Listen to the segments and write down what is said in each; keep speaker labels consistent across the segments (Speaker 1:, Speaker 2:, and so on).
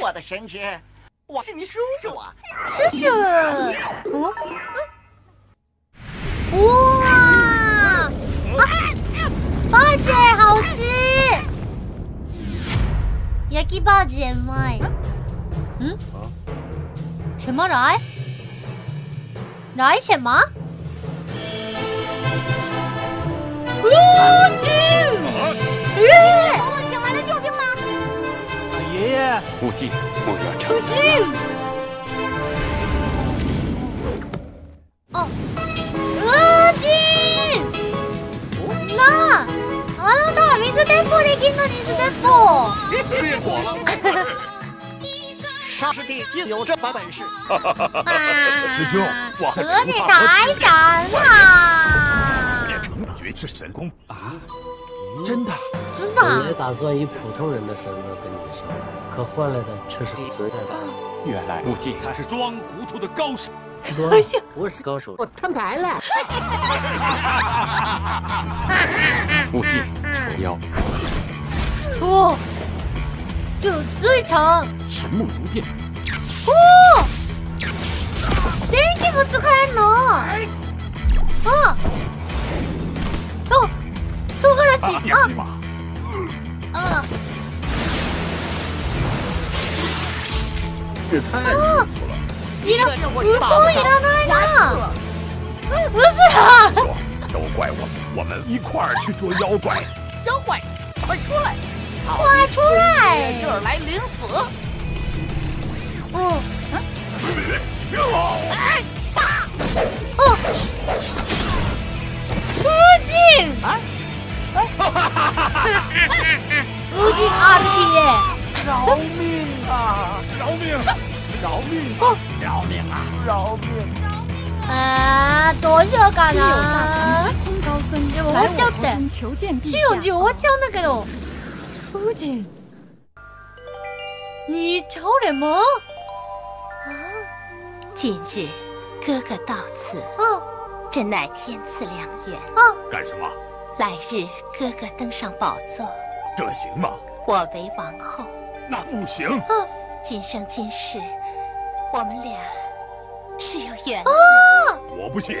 Speaker 1: 我的神之，我是你叔叔啊！
Speaker 2: 叔叔，哦，哇，バージェ好吃！焼きバージェうまい。ん？嗯什么来？来什么？哇，金！咦，我醒来的救兵吗？
Speaker 3: 爷爷，
Speaker 4: 武进，莫要
Speaker 2: 不
Speaker 4: 成。
Speaker 2: 进。哦，うーじーなあ、あなたは水鉄砲できんの水鉄砲。
Speaker 4: 别火了！
Speaker 3: 沙师弟竟有这把本事，
Speaker 2: 啊，
Speaker 4: 师兄我还
Speaker 2: 合计
Speaker 4: 没
Speaker 2: 太神啦！
Speaker 4: 绝世神功啊！真的？
Speaker 2: 真
Speaker 5: 本来
Speaker 2: 的，
Speaker 5: 打算以普通人的身份跟你商量，可换来的却是责任。
Speaker 4: 原来武进他是装糊涂的高手。
Speaker 5: 不行，我是高手，
Speaker 6: 嗯
Speaker 4: 武进，折腰，
Speaker 2: 哦，就最强。
Speaker 4: 神木如电，
Speaker 2: おー電気も使えんのあと唐辛子
Speaker 4: 杨金马，
Speaker 2: ああ
Speaker 3: 这太离谱了。
Speaker 2: いら
Speaker 3: 这
Speaker 2: 無
Speaker 3: 我一把
Speaker 2: 効いらないなうずら
Speaker 4: 说都怪我，我们一块儿去捉妖怪。
Speaker 1: 妖怪，快出来！
Speaker 2: 快出来
Speaker 1: 这儿来领死！
Speaker 2: お
Speaker 4: 哎
Speaker 2: お風神
Speaker 1: 啊
Speaker 2: 風神 RTA
Speaker 1: 饶命啊！
Speaker 4: 饶命！饶命啊！饶命啊！
Speaker 1: 饶命！
Speaker 2: あーどうしようか
Speaker 7: 既有
Speaker 2: な
Speaker 7: 大唐之空高僧，
Speaker 2: でも終
Speaker 7: 白
Speaker 2: わっちゃうって
Speaker 7: 我国君求见陛
Speaker 2: 这泳
Speaker 7: 下。
Speaker 2: 就我讲那个喽。
Speaker 7: 夫君，
Speaker 2: 你吵什么？
Speaker 8: 今日，哥哥到此，
Speaker 2: 哦
Speaker 8: 朕乃天赐良缘。
Speaker 2: 哦，
Speaker 4: 干什么？
Speaker 8: 来日，哥哥登上宝座，
Speaker 4: 这行吗？
Speaker 8: 我为王后。
Speaker 4: 那不行。
Speaker 8: 今生今世，我们俩是有缘的。
Speaker 4: 我不信。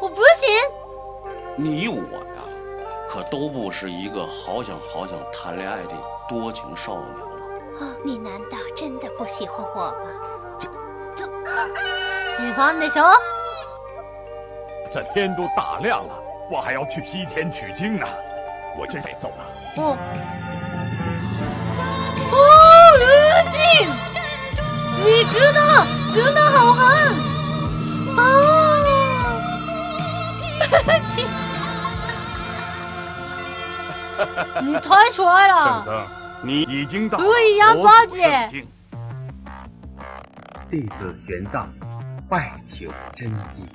Speaker 2: 我不行。
Speaker 9: 你我呀，可都不是一个好想好想谈恋爱的多情少女了。
Speaker 8: 哦你难道真的不喜欢我吗？
Speaker 2: 喜欢的时候，
Speaker 4: 这天都大亮了，我还要去西天取经呢。我真得走了。
Speaker 2: 哦哦，卢静，你知道，真的好汉 哦。亲你太帅了！
Speaker 4: 僧，你已经到
Speaker 2: 对呀
Speaker 4: 佛祖
Speaker 2: 八戒
Speaker 4: 圣境
Speaker 10: 弟子玄奘，拜求真经。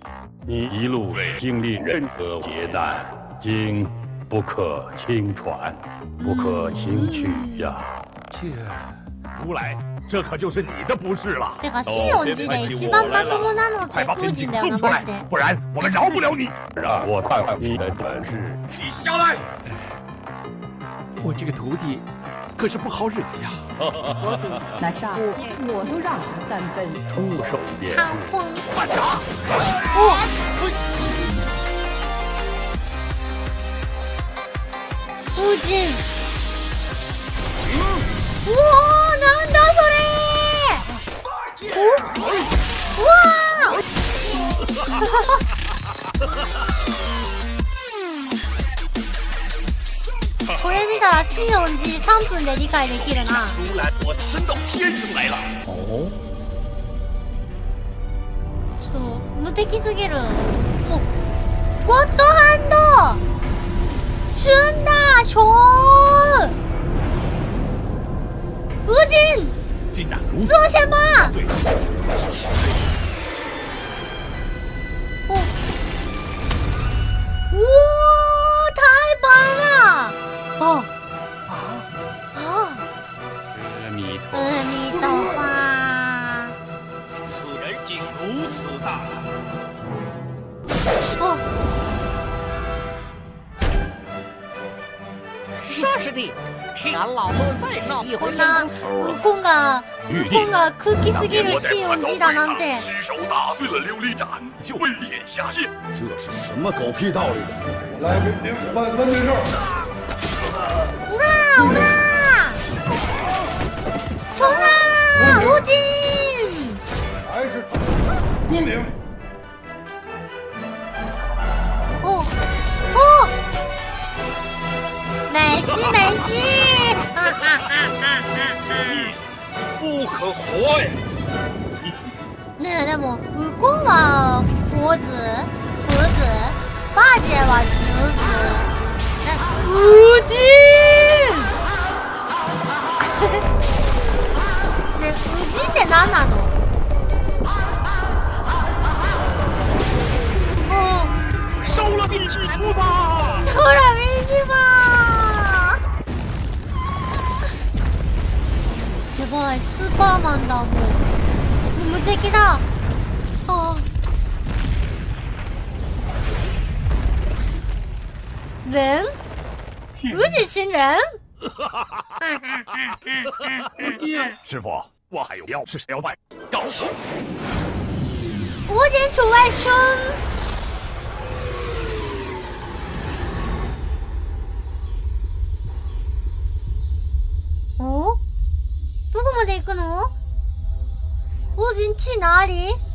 Speaker 6: 你一路经历任何劫难，经不可轻传，不可轻取呀。
Speaker 4: 如来，这可就是你的不是了。
Speaker 2: てか、西洋寺
Speaker 4: 哦
Speaker 2: で一番まともなのっ
Speaker 4: 快
Speaker 2: て
Speaker 4: 把
Speaker 2: 風
Speaker 4: 本
Speaker 2: 神
Speaker 4: 紧
Speaker 2: だよ
Speaker 4: 送
Speaker 2: な、マ
Speaker 4: 出来
Speaker 2: ジで。，
Speaker 4: 不然我们饶不了你。
Speaker 6: 让啊我看看你的本事。
Speaker 4: 你下来，
Speaker 10: 我这个徒弟可是不好惹呀。
Speaker 7: 哪吒，我都让他三分。
Speaker 6: 出手便
Speaker 2: 看风。
Speaker 4: 慢着！
Speaker 2: 夫人。うおー、なんだそれうわーこれ見たらシオン寺3分で理解できるな。
Speaker 4: 如来，我升到天上来了。
Speaker 2: ちょっと無敵すぎる。おゴッドハンド春大虫无尽
Speaker 4: 竟然如此
Speaker 2: 做什么
Speaker 4: 对，
Speaker 2: 哦，哇，太棒了！哦，啊
Speaker 6: 阿弥
Speaker 2: 啊，阿弥陀佛！
Speaker 4: 此人竟如此大胆。
Speaker 2: 哦，
Speaker 3: 沙师弟，是俺老孙再闹一回真功
Speaker 2: 那
Speaker 3: 夫，
Speaker 2: 悟空がが
Speaker 4: 玉帝
Speaker 2: 本が空気すぎるシーンを見たなんて
Speaker 4: 失手打碎了琉璃盏，就被眼下见。
Speaker 11: 这是什么狗屁道理？来瓶零万三明治。
Speaker 2: 오라오라총아오진
Speaker 11: 还是公灵。
Speaker 2: 오오날씨날씨哈哈哈哈
Speaker 12: 不可活呀！
Speaker 2: ねえでもウコンはホーズ胡子バージェは竹子无尽。ね無尽って何なの？もう
Speaker 12: 收了秘制服吧。
Speaker 2: 收了秘制吧。やばいスーパーマンだもう。無敵だ。ああ。人？无尽新人？
Speaker 4: 师傅，我还有要事要办，告诉我。
Speaker 2: 无尽处外生。おどこまで行くの王人地哪里